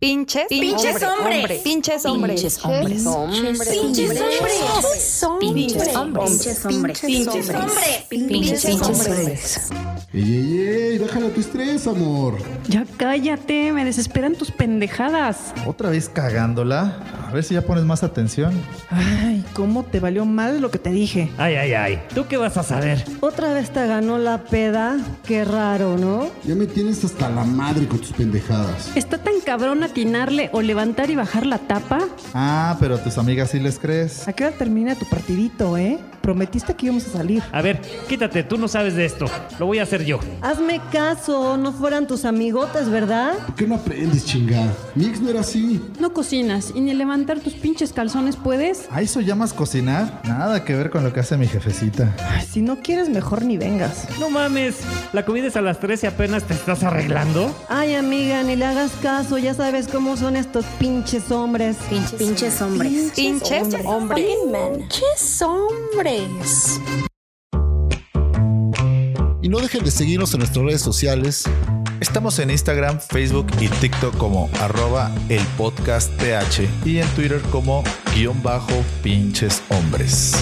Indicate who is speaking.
Speaker 1: Pinches,
Speaker 2: Pinches hombres.
Speaker 1: Pinches hombres.
Speaker 3: Pinches hombres.
Speaker 2: Pinches hombres.
Speaker 3: Pinches hombres.
Speaker 4: Pinches hombres.
Speaker 2: Pinches hombres.
Speaker 3: Pinches hombres.
Speaker 5: ¡Ey, ey, ey! ¡Bájale a tu estrés, amor!
Speaker 6: Ya cállate, me desesperan tus pendejadas.
Speaker 7: Otra vez cagándola. A ver si ya pones más atención.
Speaker 6: Ay, ¿cómo te valió mal lo que te dije?
Speaker 8: Ay, ay, ay. ¿Tú qué vas a saber?
Speaker 9: Otra vez te ganó la
Speaker 6: ah,
Speaker 9: peda. Qué raro, ¿no?
Speaker 5: Ya me tienes hasta la madre con tus pendejadas.
Speaker 6: ¿Está tan cabrón atinarle o levantar y bajar la tapa?
Speaker 7: Ah, pero a tus amigas sí les crees.
Speaker 6: ¿A qué hora termina tu partidito, eh? Prometiste que íbamos a salir.
Speaker 8: A ver, quítate, tú no sabes de esto. Lo voy a hacer yo.
Speaker 9: Hazme caso, no fueran tus amigotes, ¿verdad?
Speaker 5: ¿Por qué no aprendes, chingada? Mi ex no era así.
Speaker 6: No cocinas y ni levantar tus pinches calzones puedes.
Speaker 7: ¿A eso llamas cocinar? Nada que ver con lo que hace mi jefecita.
Speaker 6: Ay, si no quieres, mejor ni vengas.
Speaker 8: No mames. La comida es a las 3 y apenas te estás arreglando.
Speaker 9: Ay, amiga, ni le hagas caso. Ya sabes cómo son estos pinches hombres.
Speaker 4: Pinches hombres.
Speaker 1: Pinches hombres.
Speaker 2: Pinches hombres.
Speaker 10: Y no dejen de seguirnos en nuestras redes sociales.
Speaker 7: Estamos en Instagram, Facebook y TikTok como arroba el podcast TH y en Twitter como guión bajo pinches hombres.